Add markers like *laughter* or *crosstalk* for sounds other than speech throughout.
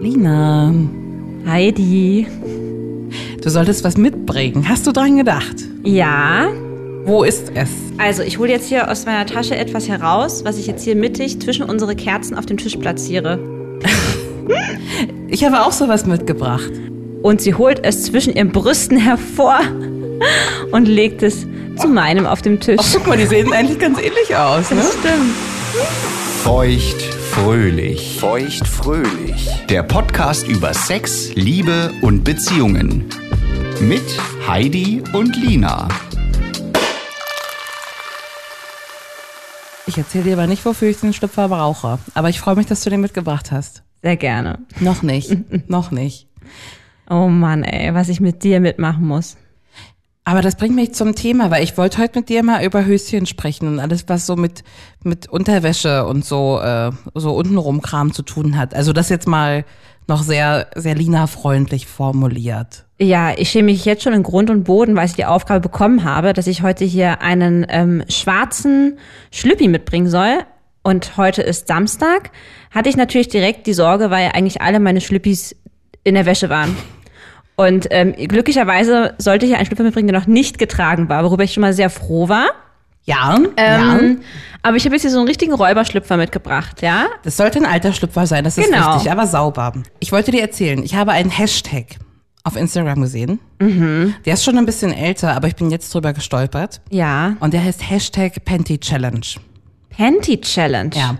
Lina, Heidi. du solltest was mitbringen. Hast du dran gedacht? Ja, Wo ist es? also ich hole jetzt hier aus meiner Tasche etwas heraus, was ich jetzt hier mittig zwischen unsere Kerzen auf den Tisch platziere. Ich habe auch sowas mitgebracht. Und sie holt es zwischen ihren Brüsten *laughs* hervor und legt es zu meinem auf dem Tisch. Guck mal, die sehen eigentlich ganz ähnlich aus, ne? Stimmt. Feucht fröhlich. Feuchtfröhlich. Der Podcast über Sex, Liebe und Beziehungen. Mit Heidi und Lina. Ich erzähle dir aber nicht, wofür ich den Schlüpfer brauche. Aber ich freue mich, dass du den mitgebracht hast. Sehr gerne. Noch nicht. *laughs* noch nicht. Oh Mann, ey, was ich mit dir mitmachen muss. Aber das bringt mich zum Thema, weil ich wollte heute mit dir mal über Höschen sprechen und alles, was so mit, mit Unterwäsche und so, äh, so untenrum Kram zu tun hat. Also das jetzt mal noch sehr, sehr Lina-freundlich formuliert. Ja, ich schäme mich jetzt schon in Grund und Boden, weil ich die Aufgabe bekommen habe, dass ich heute hier einen ähm, schwarzen Schlüppi mitbringen soll. Und heute ist Samstag. Hatte ich natürlich direkt die Sorge, weil eigentlich alle meine Schlüppis in der Wäsche waren. Und ähm, glücklicherweise sollte ich ja einen Schlüpper mitbringen, der noch nicht getragen war, worüber ich schon mal sehr froh war. Ja, ja. Ähm, Aber ich habe jetzt hier so einen richtigen Räuberschlüpfer mitgebracht, ja? Das sollte ein alter Schlüpfer sein, das ist Genau. richtig, aber sauber. Ich wollte dir erzählen, ich habe einen Hashtag auf Instagram gesehen. Der ist schon ein bisschen älter, aber ich bin jetzt drüber gestolpert. Ja. Und der heißt Hashtag Panty Challenge. Panty Challenge. Ja.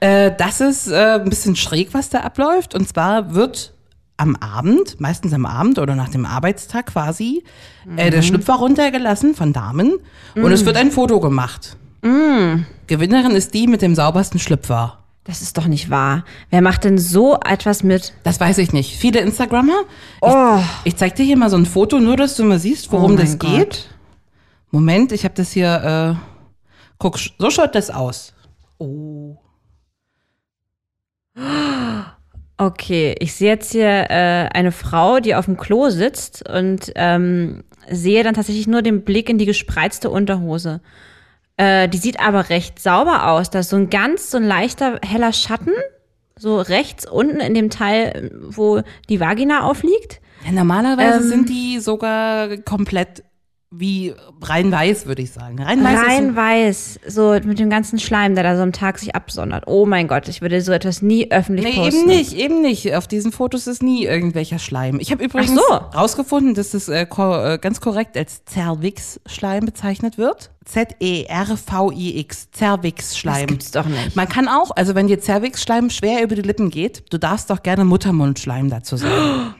Äh, das ist äh, ein bisschen schräg, was da abläuft. Und zwar wird am Abend, meistens am Abend oder nach dem Arbeitstag quasi, äh, der Schlüpfer runtergelassen von Damen und es wird ein Foto gemacht. Gewinnerin ist die mit dem saubersten Schlüpfer. Das ist doch nicht wahr. Wer macht denn so etwas mit? Das weiß ich nicht. Viele Instagrammer. Ich, ich zeig dir hier mal so ein Foto, nur dass du mal siehst, worum Oh mein das geht. Moment, ich habe das hier. Äh, guck, sch- so schaut das aus. Oh. Okay, ich sehe jetzt hier äh, eine Frau, die auf dem Klo sitzt und ähm, sehe dann tatsächlich nur den Blick in die gespreizte Unterhose. Äh, die sieht aber recht sauber aus. Da ist so ein ganz, so ein leichter, heller Schatten, so rechts unten in dem Teil, wo die Vagina aufliegt. Ja, normalerweise sind die sogar komplett wie rein weiß, würde ich sagen. Rein weiß. Rein ist weiß, so mit dem ganzen Schleim, der da so am Tag sich absondert. Oh mein Gott, ich würde so etwas nie öffentlich Nee, posten. eben nicht, eben nicht. Auf diesen Fotos ist nie irgendwelcher Schleim. Ich habe übrigens so. rausgefunden, dass das äh, ko äh, ganz korrekt als Cervix-Schleim bezeichnet wird. E Z-E-R-V-I-X, Das Cervix-Schleim. gibt's doch nicht. Man kann auch, also wenn dir Cervix-Schleim schwer über die Lippen geht, du darfst doch gerne Muttermundschleim dazu sagen.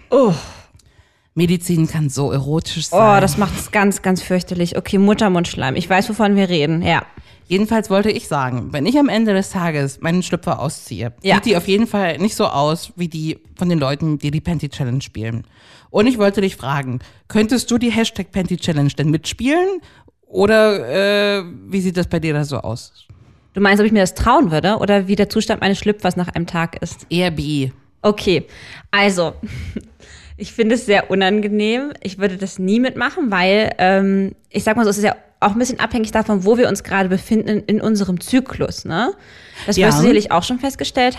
Medizin kann so erotisch sein. Oh, das macht es ganz, ganz fürchterlich. Okay, Muttermundschleim. Ich weiß, wovon wir reden. Ja. Jedenfalls wollte ich sagen, wenn ich am Ende des Tages meinen Schlüpfer ausziehe, Ja. sieht die auf jeden Fall nicht so aus wie die von den Leuten, die die Panty Challenge spielen. Und ich wollte dich fragen, könntest du die Hashtag Panty Challenge denn mitspielen? Oder äh, wie sieht das bei dir da so aus? Du meinst, ob ich mir das trauen würde oder wie der Zustand meines Schlüpfers nach einem Tag ist? Eher B. Okay, also, *laughs* ich finde es sehr unangenehm. Ich würde das nie mitmachen, weil, ähm, ich sag mal so, es ist ja auch ein bisschen abhängig davon, wo wir uns gerade befinden in, in unserem Zyklus, ne? Das Ja. wirst du sicherlich auch schon festgestellt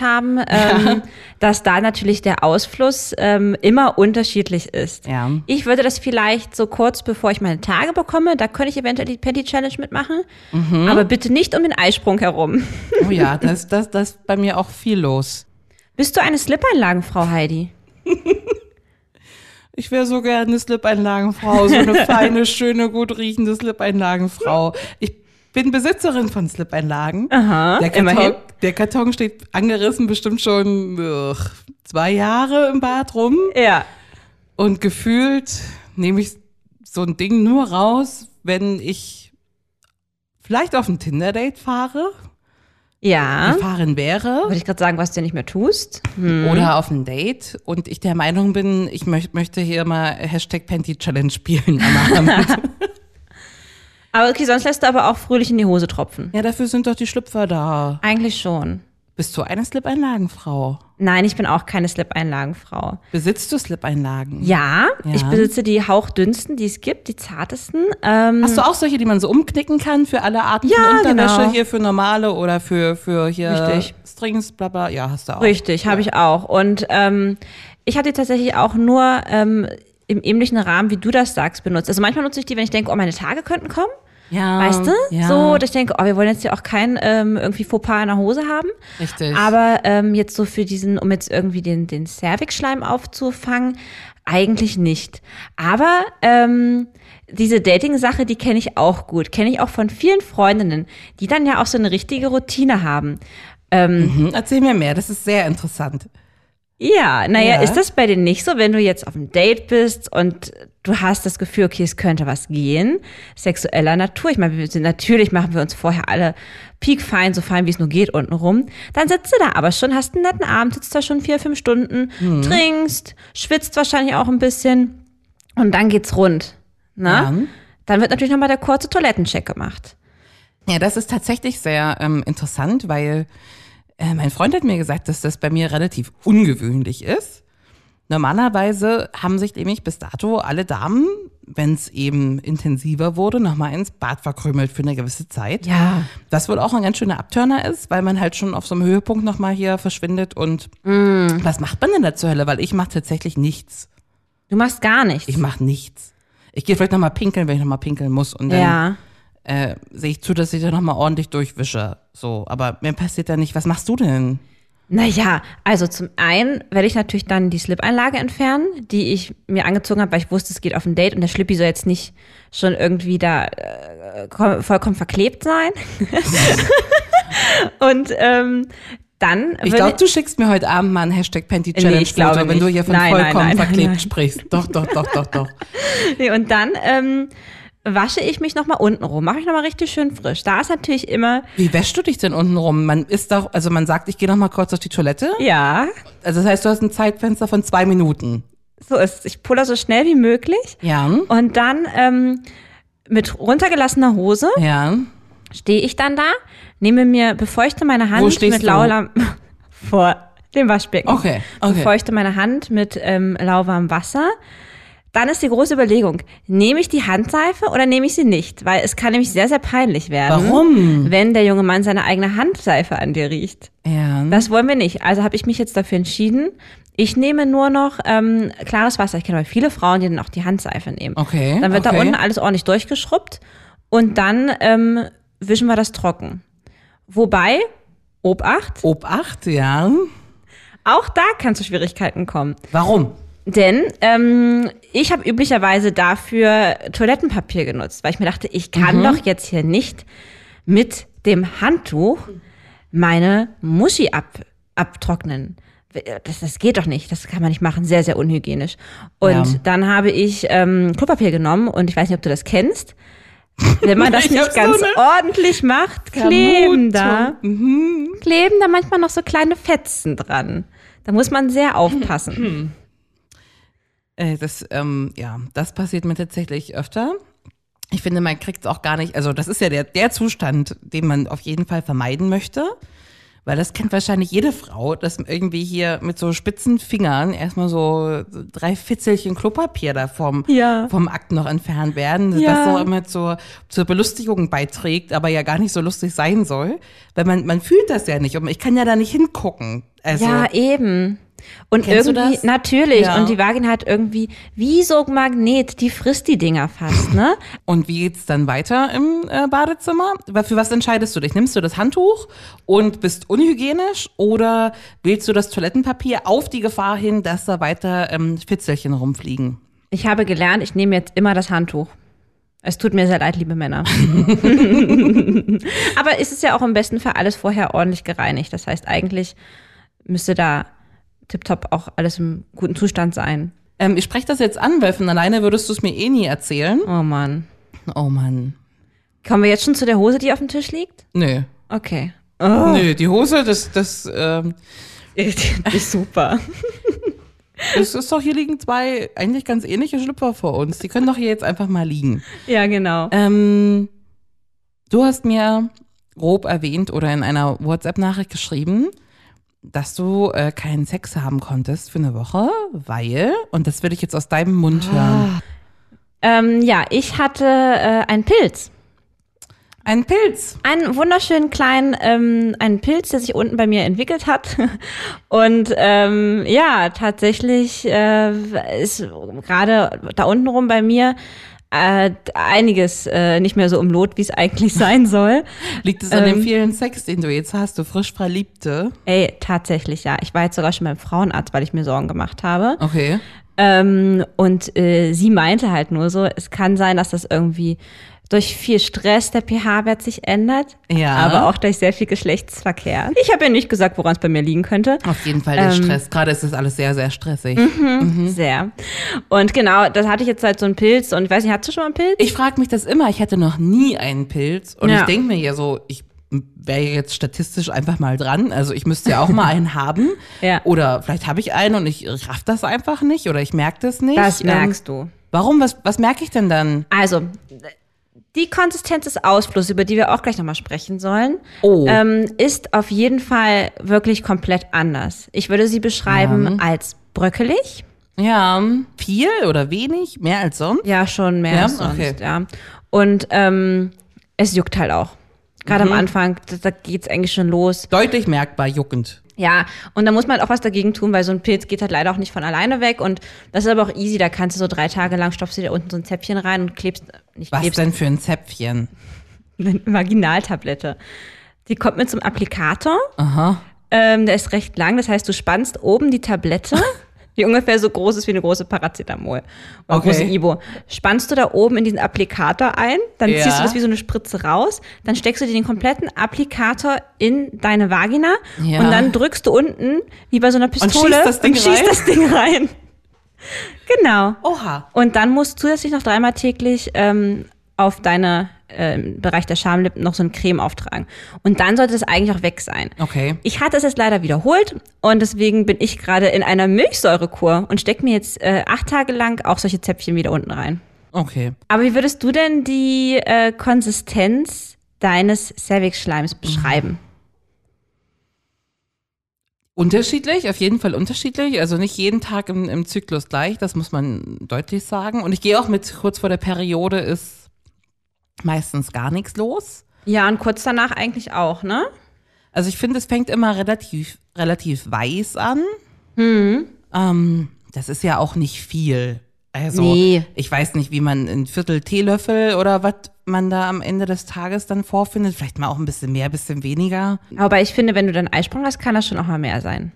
*laughs* haben, ähm, dass da natürlich der Ausfluss ähm, immer unterschiedlich ist. Ja. Ich würde das vielleicht so kurz bevor ich meine Tage bekomme, da könnte ich eventuell die Panty Challenge mitmachen, Mhm. aber bitte nicht um den Eisprung herum. Oh ja, das, das, das ist bei mir auch viel los. Bist du eine Slip-Einlagenfrau, Heidi? Ich wäre so gerne eine Slip-Einlagenfrau, so eine *laughs* feine, schöne, gut riechende Slip-Einlagenfrau. Ich bin Besitzerin von Slip-Einlagen. Aha, Der Karton, immerhin. der Karton steht angerissen bestimmt schon ugh, zwei Jahre im Bad rum Ja. und gefühlt nehme ich so ein Ding nur raus, wenn ich vielleicht auf ein Tinder-Date fahre, Ja. gefahren wäre Wollte ich gerade sagen, was du nicht mehr tust. oder auf ein Date und ich der Meinung bin, ich möcht, möchte hier mal Hashtag Panty Challenge spielen *laughs* am Abend. Aber okay, sonst lässt du aber auch fröhlich in die Hose tropfen. ja, dafür sind doch die Schlüpfer da. Eigentlich schon. Bist du eine Slip-Einlagenfrau? Nein, ich bin auch keine Slip-Einlagenfrau. Besitzt du Slip-Einlagen? Ja, Ja. ich besitze die hauchdünnsten, die es gibt, die zartesten. Ähm, Hast du auch solche, die man so umknicken kann für alle Arten Ja, von Unterwäsche? genau. Hier für normale oder für, für hier Richtig. Strings, bla bla. Ja, hast du auch. Richtig, habe ich auch. Und ähm, ich hatte die tatsächlich auch nur ähm, im ähnlichen Rahmen, wie du das sagst, benutzt. Also manchmal nutze ich die, wenn ich denke, oh, meine Tage könnten kommen. Ja, Weißt du? ja. So, dass ich denke, oh, wir wollen jetzt hier auch kein ähm, irgendwie Fauxpas in der Hose haben. Richtig. Aber ähm, jetzt so für diesen, um jetzt irgendwie den, den Cervix-Schleim aufzufangen, eigentlich nicht. Aber ähm, diese Dating-Sache, die kenne ich auch gut. Kenne ich auch von vielen Freundinnen, die dann ja auch so eine richtige Routine haben. Hm, Erzähl mir mehr, das ist sehr interessant. Ja, naja, Ja. ist das bei dir nicht so, wenn du jetzt auf einem Date bist und du hast das Gefühl, okay, es könnte was gehen, sexueller Natur. Ich meine, wir sind, natürlich machen wir uns vorher alle piekfein, so fein, wie es nur geht, unten rum. Dann sitzt du da aber schon, hast einen netten Abend, sitzt da schon vier, fünf Stunden, Mhm. trinkst, schwitzt wahrscheinlich auch ein bisschen und dann geht's rund. Ne? Ja. Dann wird natürlich nochmal der kurze Toilettencheck gemacht. Ja, das ist tatsächlich sehr ähm, interessant, weil äh, mein Freund hat mir gesagt, dass das bei mir relativ ungewöhnlich ist. Normalerweise haben sich nämlich bis dato alle Damen, wenn es eben intensiver wurde, nochmal ins Bad verkrümelt für eine gewisse Zeit. Ja. Was wohl auch ein ganz schöner Abturner ist, weil man halt schon auf so einem Höhepunkt nochmal hier verschwindet und Mm. was macht man denn da zur Hölle? Weil ich mache tatsächlich nichts. Du machst gar nichts. Ich mache nichts. Ich gehe vielleicht nochmal pinkeln, wenn ich nochmal pinkeln muss und dann ja. äh, sehe ich zu, dass ich da nochmal ordentlich durchwische. So, aber mir passiert da nicht. Was machst du denn? Naja, also zum einen werde ich natürlich dann die Slip-Einlage entfernen, die ich mir angezogen habe, weil ich wusste, es geht auf ein Date und der Schlippi soll jetzt nicht schon irgendwie da äh, kom- vollkommen verklebt sein. *laughs* und ähm, dann Ich glaube, du schickst mir heute Abend mal ein Hashtag Panty Challenge ich glaube Foto, wenn nicht. du hier von Nein, nein, vollkommen nein, nein, verklebt *laughs* nein. sprichst. Doch, doch, doch, doch, doch. Nee, *laughs* und dann ähm, wasche ich mich nochmal unten rum, mache ich nochmal richtig schön frisch. Da ist natürlich immer, Wie wäschst du dich denn unten rum? Man ist doch, also man sagt, ich gehe noch mal kurz auf die Toilette. ja, Also das heißt, du hast ein Zeitfenster von zwei Minuten. so ist es. Ich puller so schnell wie möglich Ja. und dann ähm, mit runtergelassener Hose Ja. stehe ich dann da, nehme mir, befeuchte meine Wo Hand stehst mit du? lauwarm *laughs* vor dem Waschbecken. Okay, okay. Befeuchte meine Hand mit ähm, lauwarmem Wasser. Dann ist die große Überlegung, nehme ich die Handseife oder nehme ich sie nicht? Weil es kann nämlich sehr, sehr peinlich werden. Warum? Wenn der junge Mann seine eigene Handseife an dir riecht. Ja. Das wollen wir nicht. Also habe ich mich jetzt dafür entschieden. Ich nehme nur noch ähm, klares Wasser. Ich kenne aber viele Frauen, die dann auch die Handseife nehmen. Okay, Dann wird okay. da unten alles ordentlich durchgeschrubbt und dann ähm, wischen wir das trocken. Wobei, Obacht, Obacht, ja. auch da kann es zu Schwierigkeiten kommen. Warum? Denn ähm, ich habe üblicherweise dafür Toilettenpapier genutzt, weil ich mir dachte, ich Mhm. kann doch jetzt hier nicht mit dem Handtuch meine Muschi ab, abtrocknen. Das, das geht doch nicht, das kann man nicht machen, sehr, sehr unhygienisch. Und Ja. dann habe ich ähm, Klopapier genommen und ich weiß nicht, ob du das kennst. Wenn *laughs* man das Ich hab nicht so ne ganz eine ordentlich macht, kleben da, Mhm. kleben da manchmal noch so kleine Fetzen dran. Da muss man sehr aufpassen. Äh, das, ähm, ja, das passiert mir tatsächlich öfter. Ich finde, man kriegt es auch gar nicht, also das ist ja der, der Zustand, den man auf jeden Fall vermeiden möchte. Weil das kennt wahrscheinlich jede Frau, dass irgendwie hier mit so spitzen Fingern erstmal so drei Fitzelchen Klopapier da vom, Ja. vom Akt noch entfernt werden, Ja. das auch immer zur, zur Belustigung beiträgt, aber ja gar nicht so lustig sein soll. Weil man, man fühlt das ja nicht und ich kann ja da nicht hingucken. Also, Ja, eben. Und Kennst du irgendwie, das? natürlich. Ja. Und die Vagina hat irgendwie, wie so ein Magnet, die frisst die Dinger fast, ne? Und wie geht's dann weiter im äh, Badezimmer? Wa- Für was entscheidest du dich? Nimmst du das Handtuch und bist unhygienisch oder wählst du das Toilettenpapier auf die Gefahr hin, dass da weiter ähm, Fitzelchen rumfliegen? Ich habe gelernt, ich nehme jetzt immer das Handtuch. Es tut mir sehr leid, *laughs* liebe Männer. Aber es ist ja auch im besten Fall alles vorher ordentlich gereinigt. Das heißt, eigentlich müsste da tipptopp auch alles im guten Zustand sein. Ähm, ich spreche das jetzt an, weil von alleine würdest du es mir eh nie erzählen. Oh Mann. Oh Mann. Kommen wir jetzt schon zu der Hose, die auf dem Tisch liegt? Nö. Okay. Oh. Nö, die Hose, das, das, ähm, Die ist super. das ist doch, hier liegen zwei eigentlich ganz ähnliche Schlüpfer vor uns. Die können doch hier jetzt einfach mal liegen. Ja, genau. Ähm, du hast mir grob erwähnt oder in einer WhatsApp-Nachricht geschrieben, dass du äh, keinen Sex haben konntest für eine Woche, weil, und das will ich jetzt aus deinem Mund hören, Ähm, ja, ich hatte äh, einen Pilz. ein Pilz. Einen wunderschönen kleinen, ähm, einen Pilz, der sich unten bei mir entwickelt hat. *laughs* Und ähm, ja, tatsächlich äh, ist gerade da unten rum bei mir äh, einiges äh, nicht mehr so umlot, wie es eigentlich *laughs* sein soll. Liegt es an dem vielen Sex, den du jetzt hast, du frisch Verliebte? Ey, tatsächlich, ja. Ich war jetzt sogar schon beim Frauenarzt, weil ich mir Sorgen gemacht habe. Okay. Ähm, und äh, sie meinte halt nur so, es kann sein, dass das irgendwie durch viel Stress der pH-Wert sich ändert, Ja. aber auch durch sehr viel Geschlechtsverkehr. Ich habe ja nicht gesagt, woran es bei mir liegen könnte. Auf jeden Fall der Stress. Gerade ist das alles sehr, sehr stressig. Mhm. Sehr. Und genau, das hatte ich jetzt halt so einen Pilz und ich weiß nicht, hattest du schon mal einen Pilz? Ich frage mich das immer. Ich hatte noch nie einen Pilz. Und Ja. ich denke mir ja so, ich wäre jetzt statistisch einfach mal dran. Also ich müsste ja auch mal einen haben. *laughs* Ja. Oder vielleicht habe ich einen und ich raff das einfach nicht oder ich merke das nicht. das merkst du. Ähm, warum? Was, was merke ich denn dann? Also, die Konsistenz des Ausflusses, über die wir auch gleich nochmal sprechen sollen, Oh. ähm, ist auf jeden Fall wirklich komplett anders. Ich würde sie beschreiben als bröckelig. Ja, viel oder wenig? Mehr als sonst? Ja, schon mehr Ja? als sonst, Okay. ja. Und ähm, es juckt halt auch. Gerade Mhm. am Anfang, da, da geht's eigentlich schon los. Deutlich merkbar juckend. Ja, und da muss man halt auch was dagegen tun, weil so ein Pilz geht halt leider auch nicht von alleine weg. Und das ist aber auch easy, da kannst du so drei Tage lang stopfst du dir unten so ein Zäpfchen rein und klebst, nicht Was klebst, denn für ein Zäpfchen? eine Vaginaltablette. Die kommt mit so einem Applikator. Ähm, der ist recht lang, das heißt, du spannst oben *laughs* die Tablette, die ungefähr so groß ist wie eine große Paracetamol oder Okay. große Ibo. Spannst du da oben in diesen Applikator ein, dann Ja. ziehst du das wie so eine Spritze raus, dann steckst du dir den kompletten Applikator in deine Vagina Ja. und dann drückst du unten, wie bei so einer Pistole, schießt das Ding und schießt rein? das Ding rein. *laughs* genau. Oha. Und dann musst du zusätzlich noch dreimal täglich ähm, auf deine äh, im Bereich der Schamlippen noch so eine Creme auftragen. Und dann sollte es eigentlich auch weg sein. Okay. Ich hatte es jetzt leider wiederholt und deswegen bin ich gerade in einer Milchsäurekur und stecke mir jetzt äh, acht Tage lang auch solche Zäpfchen wieder unten rein. Okay. Aber wie würdest du denn die äh, Konsistenz deines Cervix-Schleims beschreiben? Unterschiedlich, auf jeden Fall unterschiedlich. Also nicht jeden Tag im, im Zyklus gleich, das muss man deutlich sagen. Und ich gehe auch mit, kurz vor der Periode ist meistens gar nichts los. Ja, und kurz danach eigentlich auch, ne? Also ich finde, es fängt immer relativ, relativ weiß an. Ähm, das ist ja auch nicht viel. Also Nee. ich weiß nicht, wie man ein Viertel Teelöffel oder was man da am Ende des Tages dann vorfindet. Vielleicht mal auch ein bisschen mehr, ein bisschen weniger. Aber ich finde, wenn du dann Eisprung hast, kann das schon auch mal mehr sein.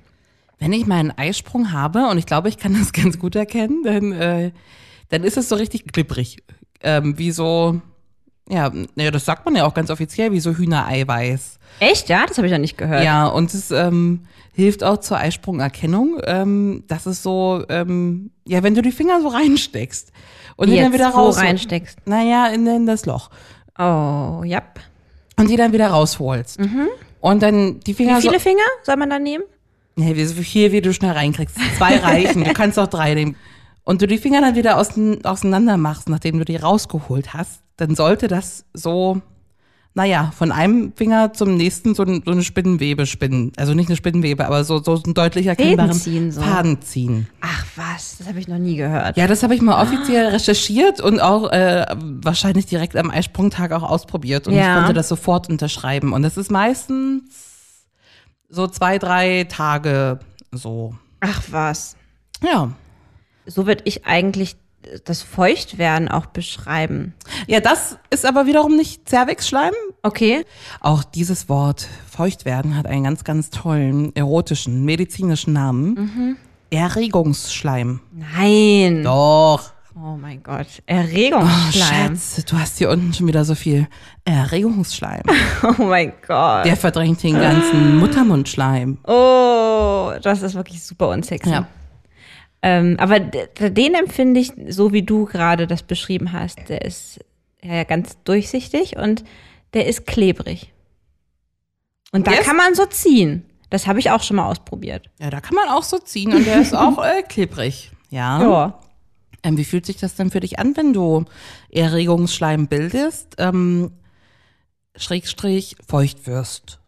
Wenn ich mal einen Eisprung habe, und ich glaube, ich kann das *laughs* ganz gut erkennen, dann, äh, dann ist es so richtig klipprig. Ähm, wie so, ja, ja, das sagt man ja auch ganz offiziell, wie so Hühnereiweiß. Echt? Ja, das habe ich noch nicht gehört. Ja, und es ähm, hilft auch zur Eisprungerkennung. Ähm, das ist so, ähm, ja, wenn du die Finger so reinsteckst und die Jetzt, dann wieder wo raus. reinsteckst. Naja, in, in das Loch. Oh, ja. Und die dann wieder rausholst. Und dann die Finger Mhm. Wie viele so. Finger soll man da nehmen? Nee, wie so viel, wie du schnell reinkriegst. *laughs* Zwei reichen, du kannst auch drei nehmen. Und du die Finger dann wieder ausen- auseinander machst, nachdem du die rausgeholt hast, dann sollte das so, naja, von einem Finger zum nächsten so, ein, so eine Spinnenwebe spinnen. Also nicht eine Spinnenwebe, aber so, so einen deutlich erkennbaren ziehen, so. Faden ziehen. Ach was, das habe ich noch nie gehört. Ja, das habe ich mal offiziell Ah. recherchiert und auch äh, wahrscheinlich direkt am Eisprungtag auch ausprobiert. Und Ja. ich konnte das sofort unterschreiben. Und das ist meistens so zwei, drei Tage so. Ach was. Ja. So würde ich eigentlich das Feuchtwerden auch beschreiben. Ja, das ist aber wiederum nicht Zervixschleim. Okay. Auch dieses Wort Feuchtwerden hat einen ganz, ganz tollen, erotischen, medizinischen Namen. Erregungsschleim. Nein. Doch. Oh mein Gott. Oh, Erregungsschleim. Schatz, du hast hier unten schon wieder so viel *laughs* Erregungsschleim. *laughs* Oh, mein Gott. Der verdrängt den ganzen Muttermundschleim. Oh, das ist wirklich super unsexy. Ja. Ähm, aber d- den empfinde ich, so wie du gerade das beschrieben hast, der ist ja ganz durchsichtig und der ist klebrig. Und da Der ist- kann man so ziehen. Das habe ich auch schon mal ausprobiert. Ja, da kann man auch so ziehen und der ist auch äh, klebrig. Ja. Ja. Ähm, wie fühlt sich das denn für dich an, wenn du Erregungsschleim bildest, ähm, Schrägstrich feucht wirst?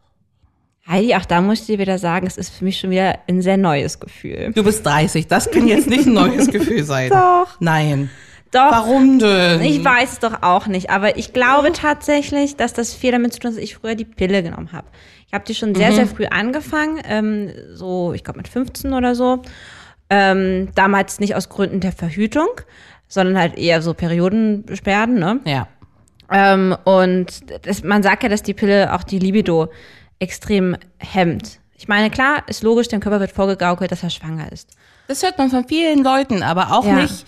Heidi, auch da muss ich dir wieder sagen, es ist für mich schon wieder ein sehr neues Gefühl. Du bist 30, das kann jetzt nicht ein neues Gefühl sein. *laughs* Doch. Nein. Doch. Warum denn? Ich weiß es doch auch nicht, aber ich glaube tatsächlich, dass das viel damit zu tun hat, dass ich früher die Pille genommen habe. Ich habe die schon sehr, sehr früh angefangen, ähm, so, ich glaube mit 15 oder so. Ähm, damals nicht aus Gründen der Verhütung, sondern halt eher so Periodenbeschwerden, ne? Ja. Ähm, und das, man sagt ja, dass die Pille auch die Libido extrem hemmt. Ich meine, klar, ist logisch, dem Körper wird vorgegaukelt, dass er schwanger ist. Das hört man von vielen Leuten, aber auch Ja. nicht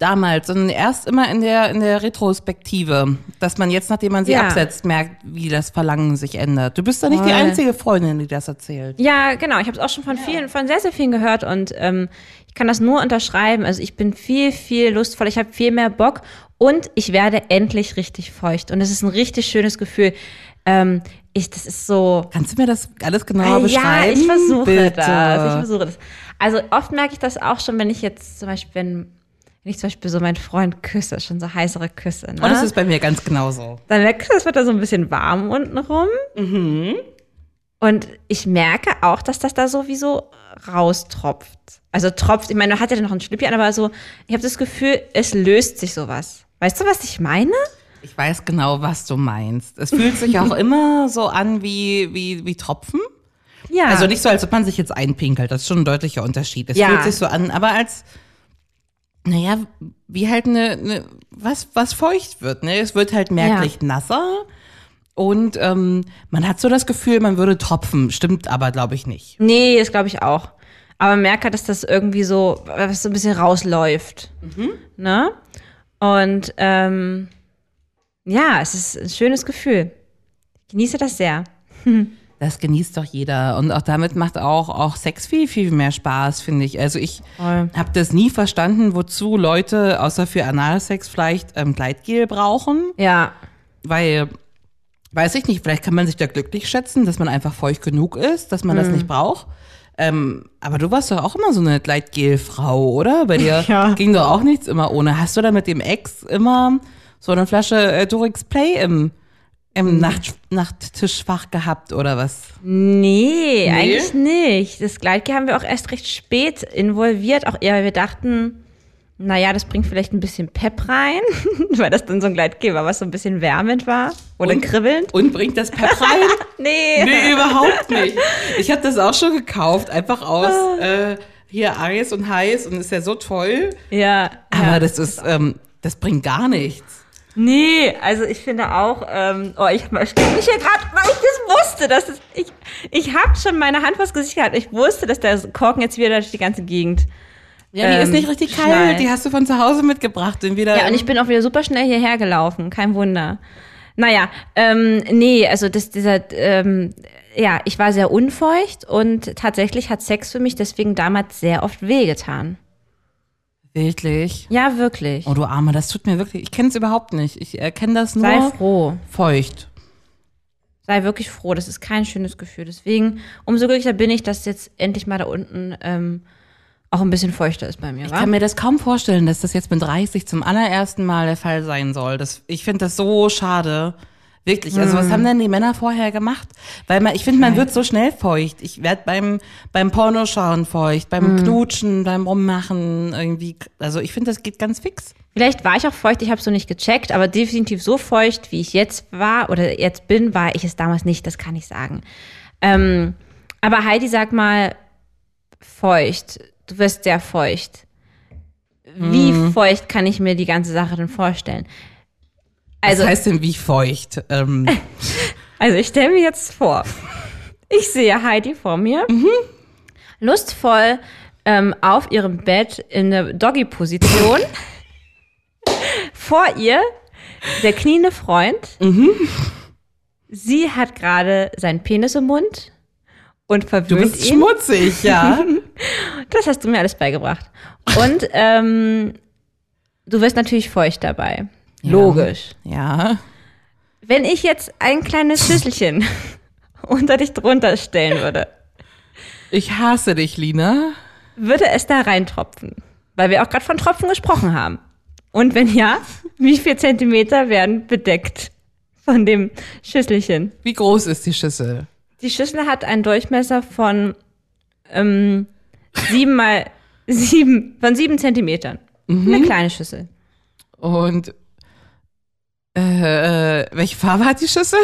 damals, sondern erst immer in der, in der Retrospektive, dass man jetzt, nachdem man sie Ja. absetzt, merkt, wie das Verlangen sich ändert. Du bist doch nicht die Voll. einzige Freundin, die das erzählt. Ja, genau. Ich habe es auch schon von vielen, von sehr, sehr vielen gehört und ähm, ich kann das nur unterschreiben. Also ich bin viel, viel lustvoller, ich habe viel mehr Bock und ich werde endlich richtig feucht. Und es ist ein richtig schönes Gefühl. Ähm, ich, das ist so. Kannst du mir das alles genauer Äh, ja, beschreiben? ich versuche Bitte. das. Ich versuche das. Also oft merke ich das auch schon, wenn ich jetzt zum Beispiel, wenn, wenn ich zum Beispiel so meinen Freund küsse, schon so heißere Küsse. Ne? Und das ist bei mir ganz genauso. dann merkst du, es wird da so ein bisschen warm unten rum. Mhm. Und ich merke auch, dass das da sowieso raustropft. Also tropft, ich meine, man hat ja noch ein Schlüppchen, aber so, ich habe das Gefühl, es löst sich sowas. Weißt du, was ich meine? Ich weiß genau, was du meinst. Es fühlt sich *laughs* auch immer so an wie, wie, wie Tropfen. Ja. Also nicht so, als ob man sich jetzt einpinkelt. Das ist schon ein deutlicher Unterschied. Es Ja. fühlt sich so an, aber als, naja, wie halt eine, eine was, was feucht wird. Ne? Es wird halt merklich nasser. Und ähm, man hat so das Gefühl, man würde tropfen. Stimmt aber, glaube ich, nicht. Nee, das glaube ich auch. Aber man merkt halt, dass das irgendwie so, was so ein bisschen rausläuft. Ne? Und ähm, ja, es ist ein schönes Gefühl. Ich genieße das sehr. Das genießt doch jeder. Und auch damit macht auch, auch Sex viel, viel mehr Spaß, finde ich. Also ich Voll. habe das nie verstanden, wozu Leute außer für Analsex vielleicht ähm, Gleitgel brauchen. Ja, weil, weiß ich nicht, vielleicht kann man sich da glücklich schätzen, dass man einfach feucht genug ist, dass man das nicht braucht. Ähm, aber du warst doch auch immer so eine Gleitgel-Frau, oder? Bei dir Ja. ging doch auch nichts immer ohne. Hast du da mit dem Ex immer so eine Flasche äh, Durix Play im, im Nacht, Nachttischfach gehabt oder was? Nee, eigentlich nicht. Das Gleitgel haben wir auch erst recht spät involviert, auch eher, weil wir dachten, naja, das bringt vielleicht ein bisschen Pep rein, *laughs* weil das dann so ein Gleitgel war, was so ein bisschen wärmend war oder Und- kribbelnd. *laughs* Und bringt das Pep rein? Nee. Nee, überhaupt nicht. Ich habe das auch schon gekauft, einfach aus äh, hier Aries und Heiß und ist ja so toll. Ja. Aber ja. das ist, ähm, das bringt gar nichts. Nee, also ich finde auch, ähm, oh, ich verstehe mich hier gerade, weil ich das wusste, dass es, ich, ich habe schon meine Hand vors Gesicht gehabt. Ich wusste, dass der Korken jetzt wieder durch die ganze Gegend. Ja, die ähm, ist nicht richtig kalt, schnallt. die hast du von zu Hause mitgebracht und wieder. Ja, und ich bin auch wieder super schnell hierher gelaufen, kein Wunder. Naja, ähm, nee, also das, dieser, ähm, ja, ich war sehr unfeucht und tatsächlich hat Sex für mich deswegen damals sehr oft wehgetan. wirklich. Ja, wirklich. Oh, du Arme, das tut mir wirklich. Ich kenne es überhaupt nicht. Ich äh, kenne das Sei nur froh. feucht. Sei wirklich froh. Das ist kein schönes Gefühl. Deswegen, umso glücklicher bin ich, dass jetzt endlich mal da unten ähm, auch ein bisschen feuchter ist bei mir, Ich wa? kann mir das kaum vorstellen, dass das jetzt mit 30 zum allerersten Mal der Fall sein soll. Das, ich finde das so schade. Wirklich. Also, was haben denn die Männer vorher gemacht? Weil man, ich finde, man wird so schnell feucht. Ich werde beim, beim Pornoschauen feucht, beim Knutschen, beim Rummachen irgendwie. Also, ich finde, das geht ganz fix. Vielleicht war ich auch feucht, ich habe es so nicht gecheckt, aber definitiv so feucht, wie ich jetzt war oder jetzt bin, war ich es damals nicht, das kann ich sagen. Ähm, aber Heidi, sag mal, feucht, du wirst sehr feucht. Wie feucht kann ich mir die ganze Sache denn vorstellen? Also, was heißt denn wie feucht? Ähm, also ich stelle mir jetzt vor, ich sehe Heidi vor mir, lustvoll ähm, auf ihrem Bett in der Doggy-Position. vor ihr der kniende Freund. Sie hat gerade seinen Penis im Mund und *laughs* du verwöhnt bist ihn. schmutzig, *laughs* ja. Das hast du mir alles beigebracht. Und ähm, du wirst natürlich feucht dabei. Logisch. Ja. Wenn ich jetzt ein kleines Schüsselchen unter dich drunter stellen würde, Ich hasse dich, Lina. würde es da reintropfen? Weil wir auch gerade von Tropfen gesprochen haben. Und wenn ja, wie viel Zentimeter werden bedeckt von dem Schüsselchen? Wie groß ist die Schüssel? Die Schüssel hat einen Durchmesser von ähm, sieben mal sieben, von sieben Zentimetern. Eine kleine Schüssel. Und äh, äh, welche Farbe hat die Schüssel?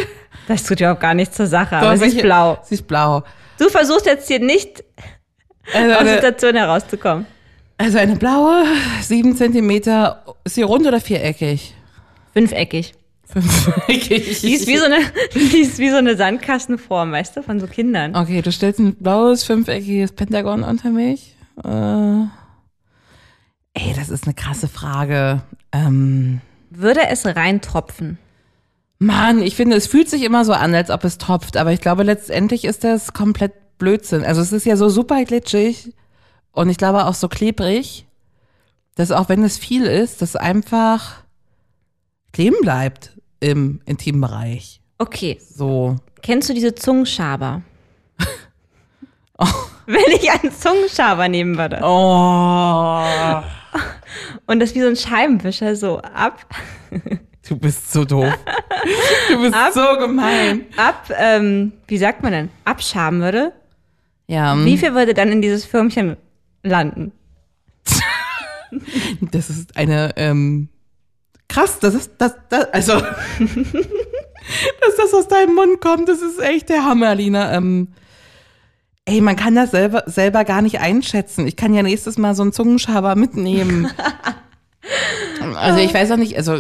Das tut überhaupt gar nichts zur Sache, aber sie ist Welche- blau. Sie ist blau. Du versuchst jetzt hier nicht Also aus der eine, Situation herauszukommen. also eine blaue, sieben Zentimeter. Ist sie rund oder viereckig? Fünfeckig. *laughs* Fünfeckig. Die ist wie so eine, *laughs* die ist wie so eine Sandkastenform, weißt du, von so Kindern. Okay, du stellst ein blaues, fünfeckiges Pentagon unter mich. Äh, ey, das ist eine krasse Frage. Ähm, Würde es reintropfen? Mann, ich finde, es fühlt sich immer so an, als ob es tropft, aber ich glaube, letztendlich ist das komplett Blödsinn. Also es ist ja so super glitschig und ich glaube auch so klebrig, dass auch wenn es viel ist, das einfach kleben bleibt im intimen Bereich. Okay. So. Kennst du diese Zungenschaber? Wenn ich einen Zungenschaber nehmen würde Oh, und das wie so ein Scheibenwischer so ab, du bist so doof. Du bist so gemein. ab, ähm, wie sagt man denn, abschaben würde, Ja, wie viel würde dann in dieses Firmchen landen? das ist eine ähm, krass, das ist das, das also *laughs* dass das aus deinem Mund kommt, das ist echt der Hammer, Lina. Ähm, ey, man kann das selber selber gar nicht einschätzen. Ich kann ja nächstes Mal so einen Zungenschaber mitnehmen. Also ich weiß auch nicht, also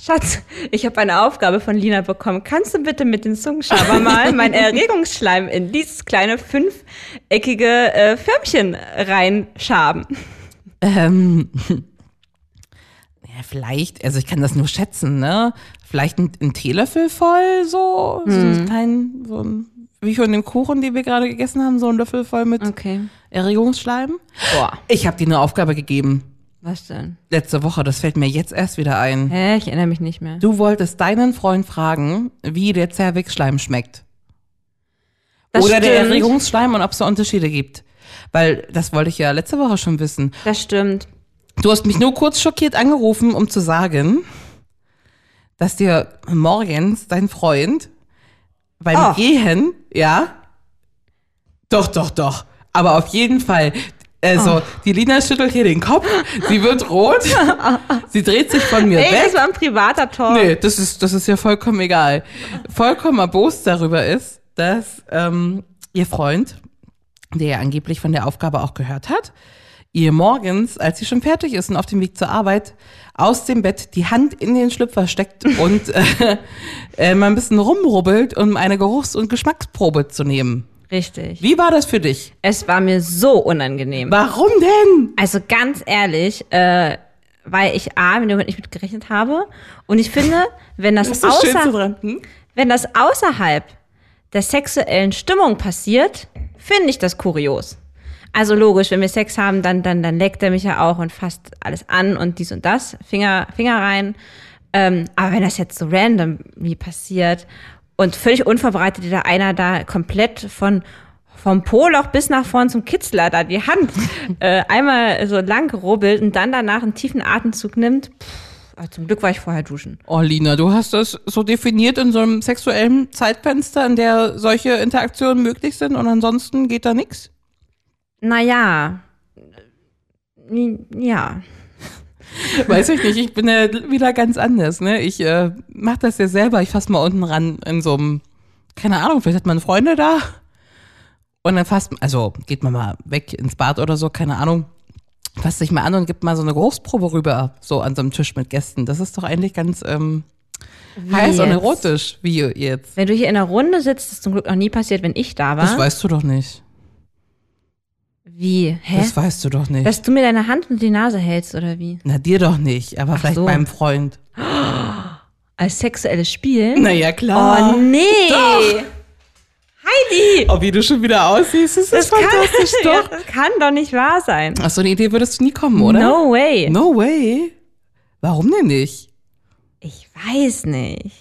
Schatz, ich habe eine Aufgabe von Lina bekommen. Kannst du bitte mit dem Zungenschaber *laughs* mal meinen Erregungsschleim in dieses kleine fünfeckige äh, Firmchen reinschaben? ähm, ja, vielleicht, also ich kann das nur schätzen, ne? Vielleicht ein, ein Teelöffel voll, so, so einen kleinen, so ein, wie von dem Kuchen, den wir gerade gegessen haben, so ein Löffel voll mit Okay. Erregungsschleim? Boah, Ich habe dir eine Aufgabe gegeben was denn? letzte Woche, das fällt mir jetzt erst wieder ein. Hä, ich erinnere mich nicht mehr. Du wolltest deinen Freund fragen, wie der Zervixschleim schmeckt. Das Oder der stimmt. Erregungsschleim und ob es da Unterschiede gibt. Weil das wollte ich ja letzte Woche schon wissen. Das stimmt. Du hast mich nur kurz schockiert angerufen, um zu sagen, dass dir morgens dein Freund beim Ah. Gehen, ja, doch, doch, doch, aber auf jeden Fall, also Ah. die Lina schüttelt hier den Kopf, sie wird rot, sie dreht sich von mir Ey, weg. das war ein privater Talk. Nee, das ist, das ist ja vollkommen egal. Vollkommen erbost darüber ist, dass ähm, ihr Freund, der ja angeblich von der Aufgabe auch gehört hat, ihr morgens, als sie schon fertig ist und auf dem Weg zur Arbeit, aus dem Bett die Hand in den Schlüpfer steckt und *laughs* äh, äh, mal ein bisschen rumrubbelt, um eine Geruchs- und Geschmacksprobe zu nehmen. Richtig. Wie war das für dich? Es war mir so unangenehm. Warum denn? Also ganz ehrlich, äh, weil ich A, mit dem Moment nicht mitgerechnet habe. Und ich finde, wenn das, ist das Schönste außer, dran. Hm? wenn das außerhalb der sexuellen Stimmung passiert, finde ich das kurios. Also logisch, wenn wir Sex haben, dann, dann, dann leckt er mich ja auch und fasst alles an und dies und das, Finger, Finger rein. Ähm, aber wenn das jetzt so random wie passiert und völlig unvorbereitet dir da einer da komplett von vom Poloch bis nach vorn zum Kitzler da die Hand äh, einmal so lang rubbelt und dann danach einen tiefen Atemzug nimmt. Pff, also zum Glück war ich vorher duschen. Oh, Lina, du hast das so definiert in so einem sexuellen Zeitfenster, in der solche Interaktionen möglich sind und ansonsten geht da nichts? Naja. N- Ja. Weiß ich nicht, ich bin ja wieder ganz anders, ne? Ich äh, mach das ja selber, ich fass mal unten ran in so einem, keine Ahnung, vielleicht hat man Freunde da und dann fasst, also geht man mal weg ins Bad oder so, keine Ahnung, fasst sich mal an und gibt mal so eine Geruchsprobe rüber, so an so einem Tisch mit Gästen. Das ist doch eigentlich ganz ähm, heiß und jetzt? erotisch, wie jetzt. Wenn du hier in einer Runde sitzt, ist zum Glück noch nie passiert, wenn ich da war. Das weißt du doch nicht. wie? Hä? Das weißt du doch nicht. Dass du mir deine Hand unter die Nase hältst oder wie? Na, dir doch nicht, aber vielleicht so. meinem Freund. Als sexuelles Spiel? Naja, Oh klar. nee! Doch. Heidi! Oh, wie du schon wieder aussiehst, das, ist fantastisch, *laughs* Ja, doch. das kann doch nicht wahr sein. Auf so eine Idee würdest du nie kommen, oder? No way. No way. Warum denn nicht? Ich weiß nicht.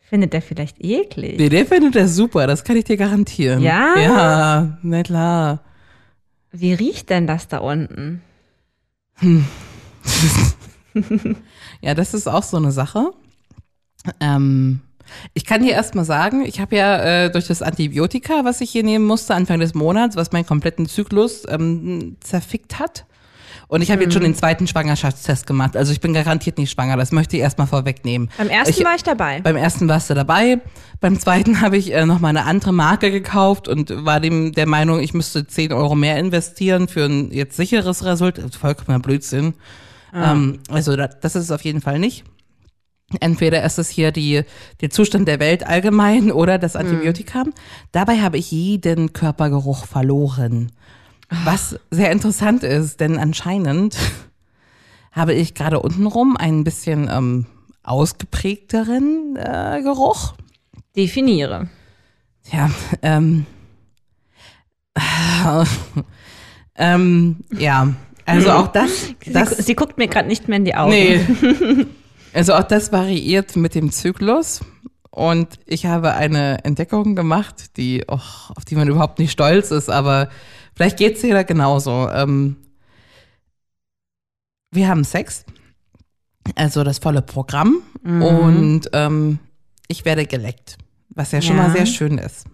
Findet der vielleicht eklig? Nee, der findet das super, das kann ich dir garantieren. Ja? Ja, na klar. Wie riecht denn das da unten? Ja, das ist auch so eine Sache. Ähm, Ich kann dir erstmal sagen, ich habe ja äh, durch das Antibiotika, was ich hier nehmen musste, Anfang des Monats, was meinen kompletten Zyklus ähm, zerfickt hat. Und ich habe jetzt schon Hm. den zweiten Schwangerschaftstest gemacht. Also ich bin garantiert nicht schwanger. Das möchte ich erstmal vorwegnehmen. Beim ersten ich, war ich dabei. beim ersten warst du dabei. Beim zweiten habe ich äh, nochmal eine andere Marke gekauft und war dem der Meinung, ich müsste 10 Euro mehr investieren für ein jetzt sicheres Resultat. Vollkommener Blödsinn. Ähm, also da, das ist es auf jeden Fall nicht. Entweder ist es hier die, der Zustand der Welt allgemein oder das Antibiotika. Dabei habe ich jeden Körpergeruch verloren. Was sehr interessant ist, denn anscheinend habe ich gerade untenrum ein bisschen ähm, ausgeprägteren äh, Geruch. Definiere. Ja, ähm, *laughs* ähm, ja, also auch das, Sie, das sie guckt mir gerade nicht mehr in die Augen. *laughs* Nee. Also auch das variiert mit dem Zyklus. Und ich habe eine Entdeckung gemacht, die, och, auf die man überhaupt nicht stolz ist, aber vielleicht geht es dir da genauso. Ähm, wir haben Sex, also das volle Programm. Und ähm, ich werde geleckt, was ja schon Ja. mal sehr schön ist.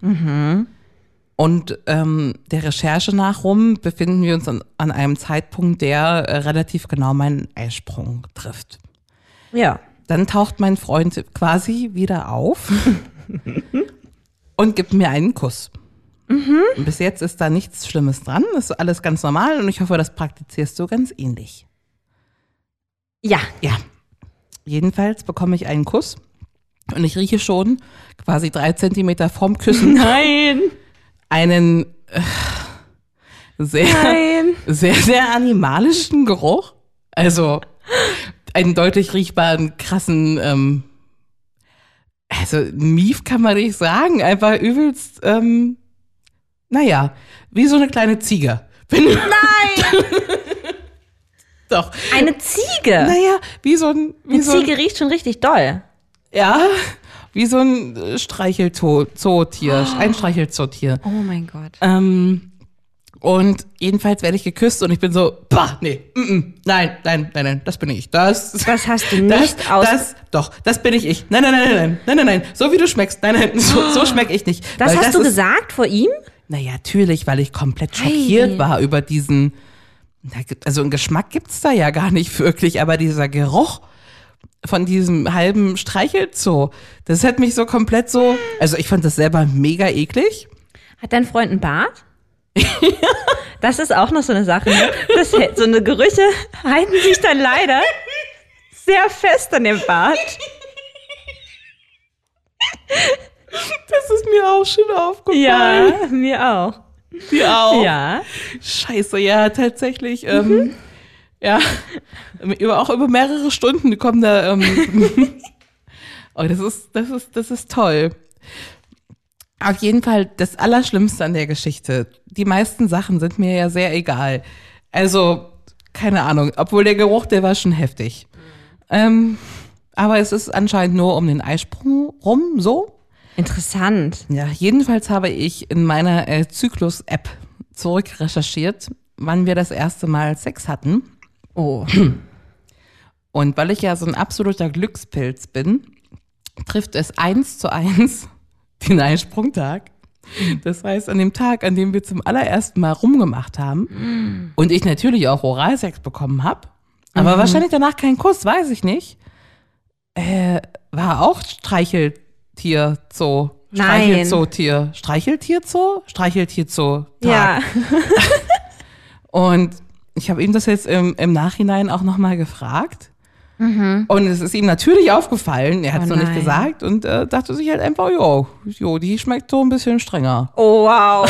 Und ähm, der Recherche nach rum befinden wir uns an, an einem Zeitpunkt, der äh, relativ genau meinen Eisprung trifft. Ja. Dann taucht mein Freund quasi wieder auf und gibt mir einen Kuss. Und Bis jetzt ist da nichts Schlimmes dran, ist alles ganz normal und ich hoffe, das praktizierst du ganz ähnlich. Ja. Ja. Jedenfalls bekomme ich einen Kuss und ich rieche schon quasi drei Zentimeter vorm Küssen *laughs* Nein. einen äh, sehr, Nein. sehr, sehr animalischen Geruch. Also einen deutlich riechbaren, krassen, ähm, also Mief kann man nicht sagen, einfach übelst, ähm, naja, wie so eine kleine Ziege. Wenn du- Nein. *laughs* Doch. Eine Ziege. Naja, wie so ein, wie Eine so ein, Ziege riecht schon richtig doll. ja, wie so ein äh, Streichelzootier, Ah. ein Streichelzootier. Oh mein Gott. Ähm, und jedenfalls werde ich geküsst und ich bin so, bah, nee, mm, mm, nein, nein, nein, nein, das bin ich. Das, Das hast du *laughs* das, nicht aus- das, doch, das bin ich ich. Nein, nein, nein, nein, nein, nein, nein, nein, so wie du schmeckst, nein, nein, so, so schmeck ich nicht. Ah. Das Weil hast du ist- gesagt vor ihm? Naja, natürlich, weil ich komplett schockiert Ei. war über diesen, Na, gibt- also einen Geschmack gibt's da ja gar nicht *laughs* wirklich, aber dieser Geruch von diesem halben Streichelzoo, das hat mich so komplett so, also ich fand das selber mega eklig. Hat dein Freund einen Bart? *laughs* Das ist auch noch so eine Sache. Ne? Das, hält- so eine Gerüche halten sich dann leider sehr fest an dem Bart. Das ist mir auch schon aufgefallen. Ja, mir auch. Die auch. Ja. Scheiße, ja, tatsächlich. Ähm, Ja, ähm, über, auch über mehrere Stunden kommen da. Ähm, oh, das ist, das ist, das ist toll. Auf jeden Fall das Allerschlimmste an der Geschichte. Die meisten Sachen sind mir ja sehr egal. Also, keine Ahnung. Obwohl der Geruch, der war schon heftig. Ähm, aber es ist anscheinend nur um den Eisprung rum, so. Interessant. Ja, jedenfalls habe ich in meiner äh, Zyklus-App zurückrecherchiert, wann wir das erste Mal Sex hatten. Oh. Und weil ich ja so ein absoluter Glückspilz bin, trifft es eins zu eins *laughs* den Einsprungtag. Das heißt, an dem Tag, an dem wir zum allerersten Mal rumgemacht haben Mm. und ich natürlich auch Oralsex bekommen habe, aber Mhm. wahrscheinlich danach keinen Kuss, weiß ich nicht, äh, war auch Streicheltier Zoo. Nein. Streichelzootier. Streicheltier Zoo? Streicheltier Zoo. Ja. Und ich habe ihm das jetzt im, im Nachhinein auch nochmal gefragt. Und es ist ihm natürlich aufgefallen, er hat es Mhm. Oh noch nicht nein. gesagt und äh, dachte sich halt einfach, jo, jo, die schmeckt so ein bisschen strenger. Oh, wow.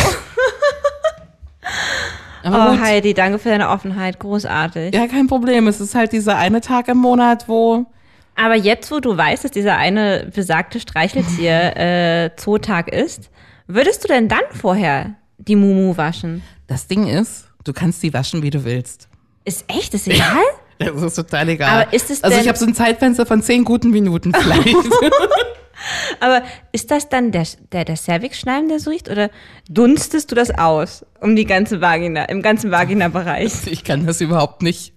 Aber Oh, gut, Heidi, danke für deine Offenheit. Großartig. ja, kein Problem. Es ist halt dieser eine Tag im Monat, wo Aber jetzt, wo du weißt, dass dieser eine besagte Streicheltier-Zootag ist, würdest du denn dann vorher die Mumu waschen? das Ding ist, du kannst die waschen, wie du willst. Ist echt, ist egal? Das ist total egal. Aber ist es also ich denn- habe so ein Zeitfenster von zehn guten Minuten *laughs* vielleicht. Aber ist das dann der, der, der Cervix-Schleim, der so riecht? Oder dunstest du das aus um die ganze Vagina, im ganzen *laughs* Vagina-Bereich? Ich kann das überhaupt nicht.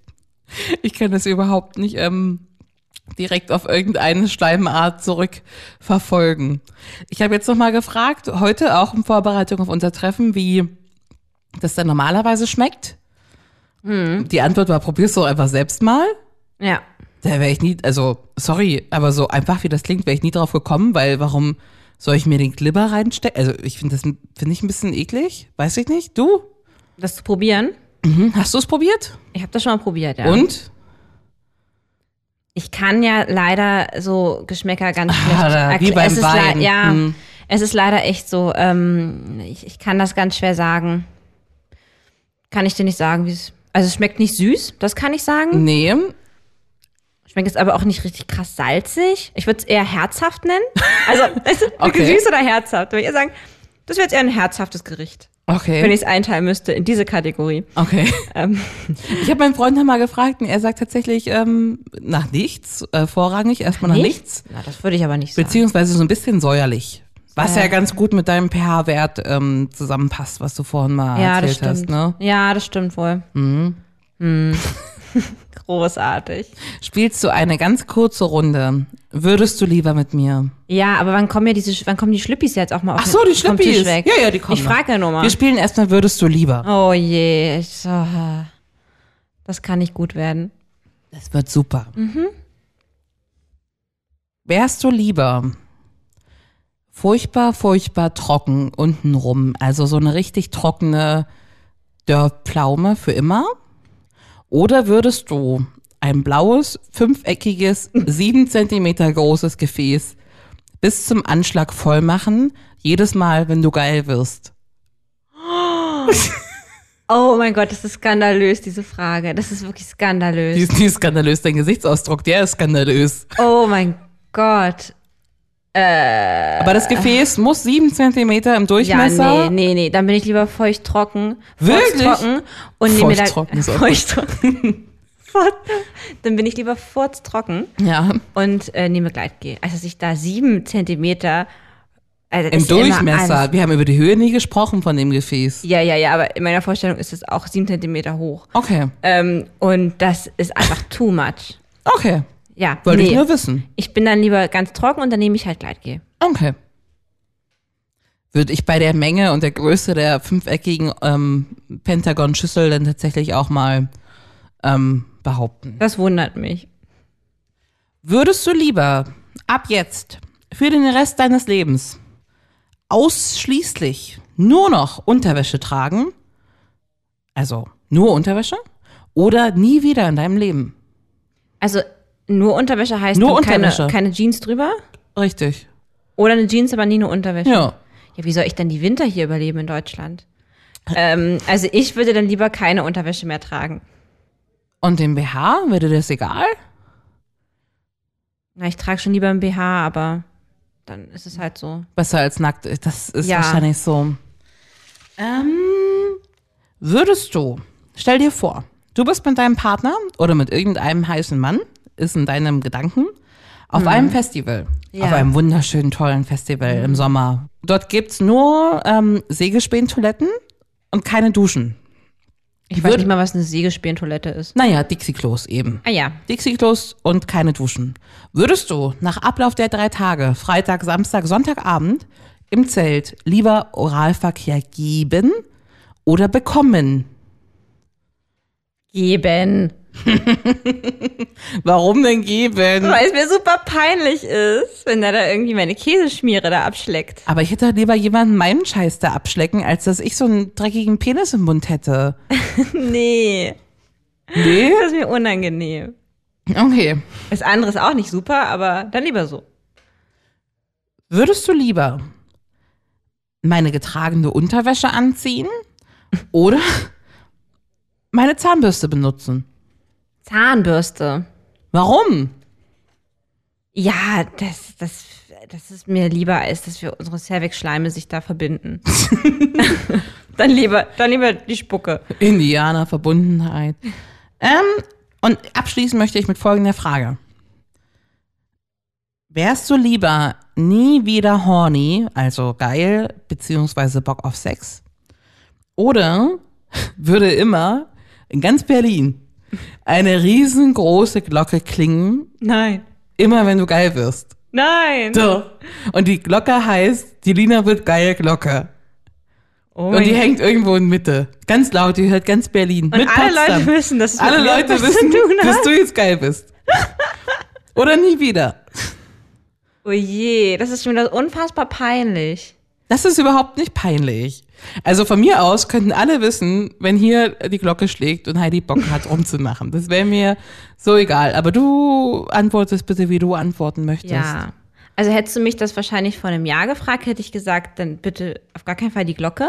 Ich kann das überhaupt nicht ähm, direkt auf irgendeine Schleimart zurückverfolgen. Ich habe jetzt nochmal gefragt, heute auch in Vorbereitung auf unser Treffen, wie das dann normalerweise schmeckt. Die Antwort war, probier's doch einfach selbst mal. Ja. Da wäre ich nie, also sorry, aber so einfach wie das klingt, wäre ich nie drauf gekommen, weil warum soll ich mir den Glibber reinstecken? Also ich finde das finde ich ein bisschen eklig, weiß ich nicht. Du, Das zu probieren. Hm, hast du es probiert? Ich habe das schon mal probiert, ja. Und? Ich kann ja leider so Geschmäcker *laughs* ganz schlecht da, erkl- wie beim es ist Wein. lei- Ja, Hm. es ist leider echt so. Ähm, ich, ich kann das ganz schwer sagen. Kann ich dir nicht sagen, wie es. Also es schmeckt nicht süß, das kann ich sagen. Nee. Schmeckt jetzt aber auch nicht richtig krass salzig. Ich würde es eher herzhaft nennen. *laughs* Also es ist Okay. süß oder herzhaft. Würde ich eher sagen, das wäre jetzt eher ein herzhaftes Gericht, wenn Okay. ich es einteilen müsste in diese Kategorie. Okay. Ähm, *laughs* Ich habe meinen Freund dann mal gefragt und er sagt tatsächlich ähm, nach nichts, äh, vorrangig erstmal nach nichts, Na, das würde ich aber nicht sagen. beziehungsweise so ein bisschen säuerlich. Was ja ganz gut mit deinem pH-Wert ähm, zusammenpasst, was du vorhin mal Ja, das erzählt stimmt. hast. Ne? Mhm. Ja, das stimmt wohl. *laughs* Hm. Großartig. Spielst du eine ganz kurze Runde? Würdest du lieber mit mir? Ja, aber wann kommen ja diese, wann kommen die Schlüppis jetzt auch mal auf Ach so, die vom Tisch Schlippis. weg? Ja, ja, die kommen. Ich noch. frage ja nur mal. Wir spielen erstmal Würdest du lieber. Oh je, ich so, äh, das kann nicht gut werden. Das wird super. Mhm. Wärst du lieber furchtbar, furchtbar trocken untenrum, also so eine richtig trockene Dörrpflaume für immer? Oder würdest du ein blaues, *laughs* fünfeckiges, sieben Zentimeter großes Gefäß bis zum Anschlag voll machen, jedes Mal, wenn du geil wirst? Oh mein Gott, das ist skandalös, diese Frage. Das ist wirklich skandalös. Die ist, die ist skandalös, dein Gesichtsausdruck, der ist skandalös. oh mein Gott. Aber das Gefäß muss sieben Zentimeter im Ja, Durchmesser. nee, nee, nee. Dann bin ich lieber feucht trocken. Wirklich? Trocken und nehme da Feuchttrocken *laughs* ist auch gut. feucht trocken. Dann bin ich lieber furztrocken. Ja, und äh, nehme Gleitgel. Also dass ich da sieben Zentimeter also das im ist ja immer Durchmesser. alles- Wir haben über die Höhe nie gesprochen von dem Gefäß. Ja, ja, ja, aber in meiner Vorstellung ist es auch sieben Zentimeter hoch. Okay, Ähm, und das ist *laughs* einfach too much. okay. Ja, Wollte nee. ich nur wissen. Ich bin dann lieber ganz trocken und dann nehme ich halt Gleitgel. Okay. Würde ich bei der Menge und der Größe der fünfeckigen ähm, Pentagon-Schüssel dann tatsächlich auch mal ähm, behaupten. Das wundert mich. Würdest du lieber ab jetzt für den Rest deines Lebens ausschließlich nur noch Unterwäsche tragen? Also nur Unterwäsche? Oder nie wieder in deinem Leben? Also nur Unterwäsche heißt Nur und Unterwäsche. Keine, keine Jeans drüber Richtig. oder eine Jeans, aber nie eine Unterwäsche. Ja. Ja, wie soll ich denn die Winter hier überleben in Deutschland? ähm, also ich würde dann lieber keine Unterwäsche mehr tragen. Und den BH, wäre dir das egal? Na, ich trage schon lieber ein BH, aber dann ist es halt so. Besser als nackt. Das ist Ja. wahrscheinlich so. Ähm, würdest du, stell dir vor, du bist mit deinem Partner oder mit irgendeinem heißen Mann, ist in deinem Gedanken, auf einem Festival. Mhm. Ja. Auf einem wunderschönen, tollen Festival im Sommer. Dort gibt's nur ähm, Sägespänen-Toiletten und keine Duschen. Ich weiß Würde- nicht mal, was eine Sägespänen-Toilette ist. Naja, Dixie-Klos eben. Ah ja. Dixie-Klos und keine Duschen. Würdest du nach Ablauf der drei Tage, Freitag, Samstag, Sonntagabend, im Zelt lieber Oralverkehr geben oder bekommen? Geben. Warum denn geben? Weil es mir super peinlich ist, wenn der da irgendwie meine Käseschmiere da abschleckt. *laughs* Aber ich hätte lieber jemanden meinen Scheiß da abschlecken, als dass ich so einen dreckigen Penis im Mund hätte. Nee. Nee? Das ist mir unangenehm. Okay. Das andere ist auch nicht super, aber dann lieber so. Würdest du lieber meine getragene Unterwäsche anziehen oder meine Zahnbürste benutzen? Zahnbürste. Warum? Ja, das, das, das ist mir lieber, als dass wir unsere Cervix-Schleime sich da verbinden. *laughs* dann lieber, dann lieber die Spucke. Indianer Verbundenheit. Ähm, und abschließen möchte ich mit folgender Frage. Wärst du lieber nie wieder horny, also geil, beziehungsweise Bock auf Sex? Oder *laughs* würde immer in ganz Berlin eine riesengroße Glocke klingen, Nein. Immer wenn du geil wirst. Nein. So. Und die Glocke heißt, die Lina wird geil Glocke. Oh Und die mein- hängt irgendwo in Mitte. Ganz laut, die hört ganz Berlin. und Mit alle Potsdam. Leute wissen, dass es Alle mit mir Leute was wissen, zu tun hat. dass du jetzt geil bist. Oder nie wieder. Oh je, das ist schon wieder unfassbar peinlich. Das ist überhaupt nicht peinlich. Also von mir aus könnten alle wissen, wenn hier die Glocke schlägt und Heidi Bock hat, rumzumachen. Das wäre mir so egal. Aber du antwortest bitte, wie du antworten möchtest. Ja. Also hättest du mich das wahrscheinlich vor einem Jahr gefragt, hätte ich gesagt, dann bitte auf gar keinen Fall die Glocke.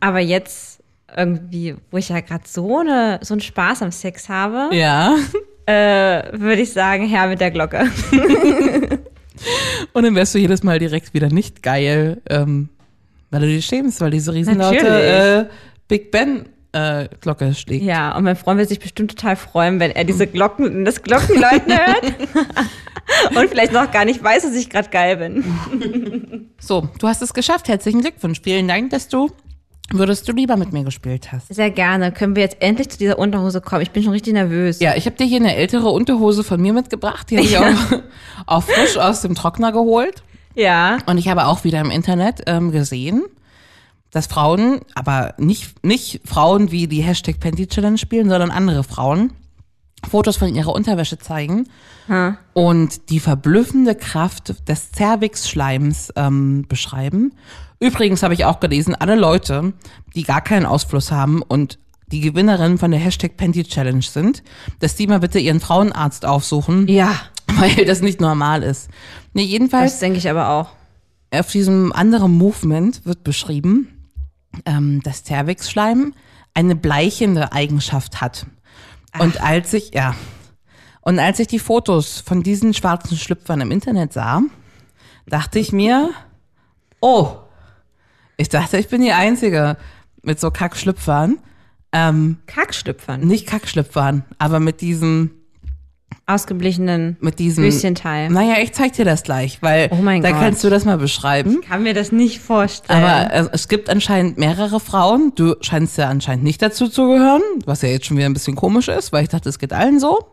Aber jetzt irgendwie, wo ich ja gerade so, eine, so einen Spaß am Sex habe, Ja. äh, würde ich sagen, Herr mit der Glocke. Und dann wärst du jedes Mal direkt wieder nicht geil, ähm, weil du dich schämst, weil diese riesenlaute äh, Natürlich. Big Ben äh, Glocke schlägt. Ja, und mein Freund wird sich bestimmt total freuen, wenn er diese Glocken, das Glockenläuten *laughs* hört. und vielleicht noch gar nicht weiß, dass ich gerade geil bin. So, du hast es geschafft. Herzlichen Glückwunsch. Vielen Dank, dass du würdest du lieber mit mir gespielt hast. Sehr gerne. Können wir jetzt endlich zu dieser Unterhose kommen? Ich bin schon richtig nervös. Ja, ich habe dir hier eine ältere Unterhose von mir mitgebracht. Die habe ich auch, *laughs* auch frisch aus dem Trockner geholt. ja. Und ich habe auch wieder im Internet ähm, gesehen, dass Frauen, aber nicht, nicht Frauen, wie die Hashtag Panty Challenge spielen, sondern andere Frauen, Fotos von ihrer Unterwäsche zeigen und die verblüffende Kraft des Cervix-Schleims ähm, beschreiben. Übrigens habe ich auch gelesen, alle Leute, die gar keinen Ausfluss haben und die Gewinnerinnen von der Hashtag Panty Challenge sind, dass die mal bitte ihren Frauenarzt aufsuchen, Ja. *laughs* weil das nicht normal ist. Nee, jedenfalls Das denke ich aber auch. auf diesem anderen Movement wird beschrieben, ähm, dass Cervixschleim eine bleichende Eigenschaft hat. Und als ich, ja, und als ich die Fotos von diesen schwarzen Schlüpfern im Internet sah, dachte ich mir, oh, ich dachte, ich bin die Einzige mit so Kackschlüpfern. Ähm, Kackschlüpfern. nicht Kackschlüpfern, aber mit diesem Ausgeglichenen mit diesem. Höschenteil. Naja, ich zeig dir das gleich, weil Oh mein da Gott. kannst du das mal beschreiben. Kann mir das nicht vorstellen. Aber äh, es gibt anscheinend mehrere Frauen. Du scheinst ja anscheinend nicht dazu zu gehören, was ja jetzt schon wieder ein bisschen komisch ist, weil ich dachte, es geht allen so.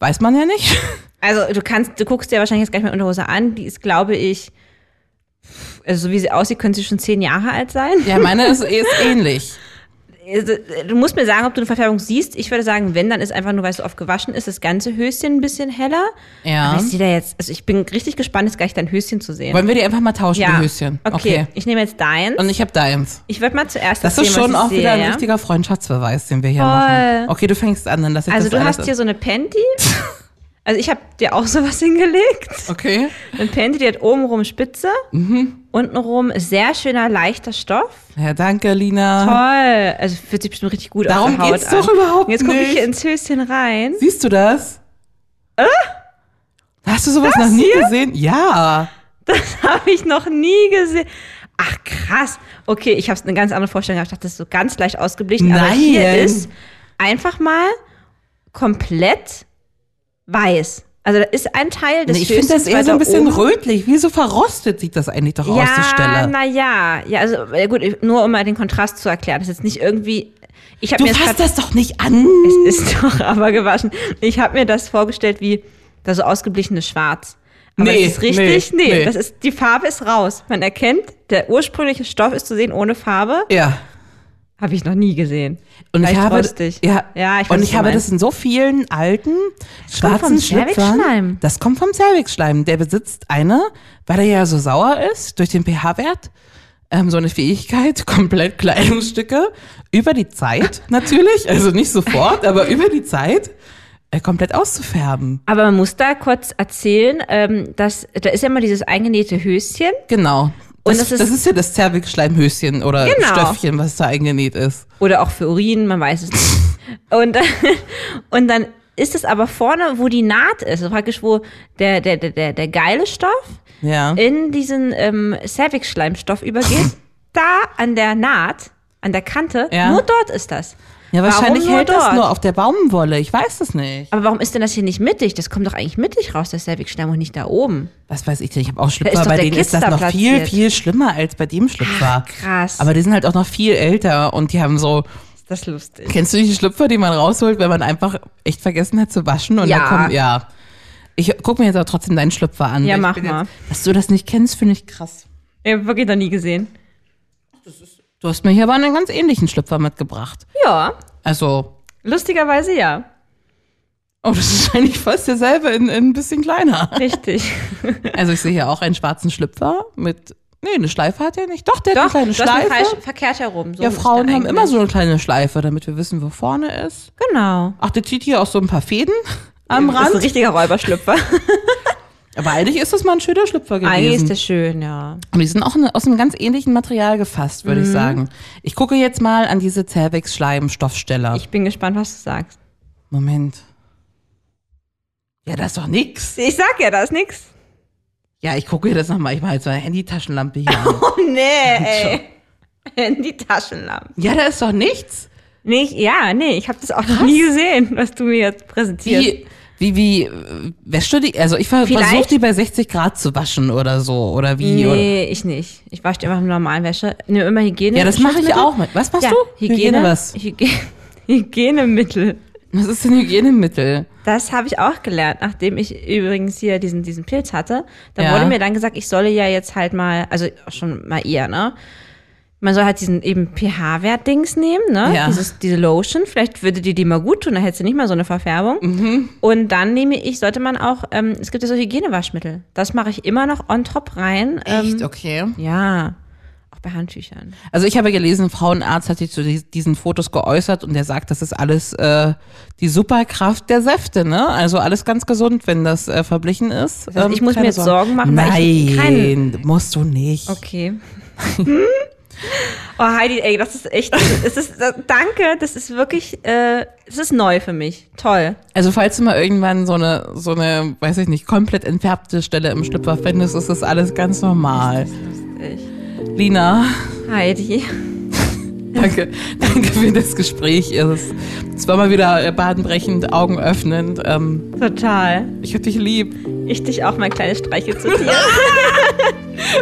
Weiß man ja nicht. also du kannst, du guckst dir wahrscheinlich jetzt gleich meine Unterhose an. Die ist, glaube ich, pff, also so wie sie aussieht, könnte sie schon zehn Jahre alt sein. Ja, meine ist, ist ähnlich. Also, Du musst mir sagen, ob du eine Verfärbung siehst. Ich würde sagen, wenn, dann ist einfach nur, weil es so oft gewaschen ist, das ganze Höschen ein bisschen heller. *laughs* Ja. Aber ich sehe da jetzt, also ich bin richtig gespannt, jetzt gleich dein Höschen zu sehen. Wollen wir die einfach mal tauschen, ja. die Höschen? Okay. Ich nehme jetzt deins. Und ich habe deins. ich würde mal zuerst Das sehen, ist was schon ich auch sehe, wieder ein ja? richtiger Freundschaftsbeweis, den wir hier Voll. machen. Okay, du fängst an, dann lass ich Also das du hast hier alles so *laughs* eine Panty. Also ich habe dir auch sowas hingelegt. Okay. Eine Panty, die hat obenrum Spitze, Mhm. untenrum ist sehr schöner, leichter Stoff. Ja, danke, Lina. Toll. Also fühlt sich bestimmt richtig gut Darum auf der Haut geht's an. doch überhaupt Und Jetzt gucke ich nicht. hier ins Höschen rein. Siehst du das? Äh? Hast du sowas noch nie gesehen? Ja. *laughs* Das habe ich noch nie gesehen. Ach krass. Okay, ich habe eine ganz andere Vorstellung. gehabt. Ich dachte, das ist so ganz leicht ausgeblichen. Aber Nein. hier ist einfach mal komplett weiß. Also da ist ein Teil des Nee, ich finde das Höschens eher so weiter ein bisschen oben. rötlich. Wie so verrostet sieht das eigentlich doch aus, die Ja, Stelle. naja. Ja, also ja, gut, ich- nur um mal den Kontrast zu erklären. Das ist jetzt nicht irgendwie. Ich Du habe mir das fasst grad- das doch nicht an. Es ist *laughs* doch aber gewaschen. Ich habe mir das vorgestellt wie das so ausgeblichene Schwarz. Aber Nee, das ist richtig. nee, Nee, nee. Das ist, die Farbe ist raus. Man erkennt, der ursprüngliche Stoff ist zu sehen ohne Farbe. Ja. Habe ich noch nie gesehen. Und ich Leicht habe, rostig. ja, ja, ich weiß, und was ich du habe meinst. das in so vielen alten kommt schwarzen vom Cervixschleim. Schlüpfern. Das kommt vom Cervixschleim. Der besitzt eine, weil er ja so sauer ist durch den pH-Wert, ähm, so eine Fähigkeit, *laughs* komplett Kleidungsstücke über die Zeit natürlich, also nicht sofort, aber über die Zeit äh, komplett auszufärben. Aber man muss da kurz erzählen, ähm, dass da ist ja immer dieses eingenähte Höschen. Genau. Das, Und das, es ist, ist- ja das Cervixschleimhöschen oder Genau. Stöffchen, was da eingenäht ist. Oder auch für Urin, man weiß es *laughs* nicht. Und, *laughs* dann- und dann ist es aber vorne, wo die Naht ist, also praktisch wo der, der, der, der, der geile Stoff Ja. in diesen ähm, Cervix-Schleimstoff *laughs* übergeht, da an der Naht, an der Kante, Ja. nur dort ist das. Ja, wahrscheinlich warum nur hält das dort? nur auf der Baumwolle. Ich weiß es nicht. Aber warum ist denn das hier nicht mittig? Das kommt doch eigentlich mittig raus, der Cervix-Schleim und nicht da oben. Was weiß ich denn? Ich habe auch Da Schlüpfer, ist doch bei der denen Kiss ist das da noch viel, platziert. viel schlimmer als bei dem Schlüpfer. krass. Aber die sind halt auch noch viel älter und die haben so, Ist das lustig? kennst du die Schlüpfer, die man rausholt, wenn man einfach echt vergessen hat zu waschen und Ja. da kommen, ja. Ich guck mir jetzt aber trotzdem deinen Schlüpfer an. Ja, Ich mach bin mal. Jetzt, dass du das nicht kennst, finde ich krass. Ich habe wirklich noch nie gesehen. Du hast mir hier aber einen ganz ähnlichen Schlüpfer mitgebracht. Ja, Also, lustigerweise ja. oh, das ist eigentlich fast derselbe, in, in ein bisschen kleiner. *laughs* Richtig. Also ich sehe hier auch einen schwarzen Schlüpfer mit, nee, eine Schleife hat er nicht. Doch, der Doch, hat eine kleine du hast ihn Schleife. falsch verkehrt herum. So ja, ist es Frauen dann haben eigentlich. immer so eine kleine Schleife, damit wir wissen, wo vorne ist. Genau. Ach, der zieht hier auch so ein paar Fäden am Das ist ein Rand. richtiger Räuberschlüpfer. *laughs* Aber eigentlich ist das mal ein schöner Schlüpfer gewesen. Eigentlich Ah, ist der schön, ja. Und die sind auch ne- aus einem ganz ähnlichen Material gefasst, würde ich sagen. Ich gucke jetzt mal an diese Cervix-Schleim-Stoffsteller. Ich bin gespannt, was du sagst. Moment. Ja, das ist doch nix. Ich sag ja, da ist nix. Ja, ich gucke hier das nochmal. Ich mache jetzt meine Handy-Taschenlampe hier an. Oh nee, *laughs* ey. In die Taschenlampe. Ja, da ist doch nichts. Nee, ich, ja, nee, ich habe das auch noch nie gesehen, was du mir jetzt präsentierst. Wie, wie, wie, äh, wäschst du die? Also ich ver Vielleicht- versuche die bei 60 Grad zu waschen oder so. Oder wie? Oder? Nee, ich nicht. Ich wasche die einfach mit normalen Wäsche. Nehme immer Hygiene. Ja, das mache ich auch mit. Was machst Ja, du? Hygiene, was? Hygiene, *laughs* Hygienemittel. Was ist denn Hygienemittel? Das habe ich auch gelernt, nachdem ich übrigens hier diesen, diesen Pilz hatte. Da Ja. wurde mir dann gesagt, ich solle ja jetzt halt mal, also auch schon mal eher, ne? Man soll halt diesen eben pH-Wert-Dings nehmen, ne? Ja. Dieses, diese Lotion, vielleicht würde dir die mal gut tun, dann hättest du nicht mal so eine Verfärbung. Mhm. Und dann nehme ich, sollte man auch, ähm, es gibt ja so Hygienewaschmittel. Das mache ich immer noch on top rein. Ähm, Echt? Okay. ja, auch bei Handtüchern. Also ich habe gelesen, ein Frauenarzt hat sich zu dies- diesen Fotos geäußert und der sagt, das ist alles äh, die Superkraft der Säfte, ne? Also alles ganz gesund, wenn das äh, verblichen ist. heißt, Also ich muss mir keine jetzt Sorgen machen, Nein, weil ich keinen- musst du nicht. Okay. *laughs* oh, Heidi, ey, das ist echt. Das ist, das, danke, das ist wirklich. Äh, das ist neu für mich. Toll. Also falls du mal irgendwann so eine, so eine, weiß ich nicht, komplett entfärbte Stelle im Schlüpfer findest, ist das alles ganz normal. Ich. Lina, *laughs* Heidi. danke, danke für das Gespräch. Es, es war mal wieder äh, bahnbrechend, augenöffnend. Ähm, Total. ich hab dich lieb. Ich dich auch mein kleines Streichel zu dir.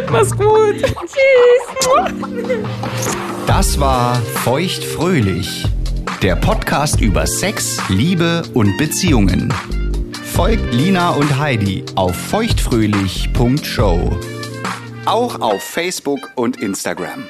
Mach's gut. Tschüss. Das war Feuchtfröhlich, der Podcast über Sex, Liebe und Beziehungen. Folgt Lina und Heidi auf feuchtfröhlich.show. Auch auf Facebook und Instagram.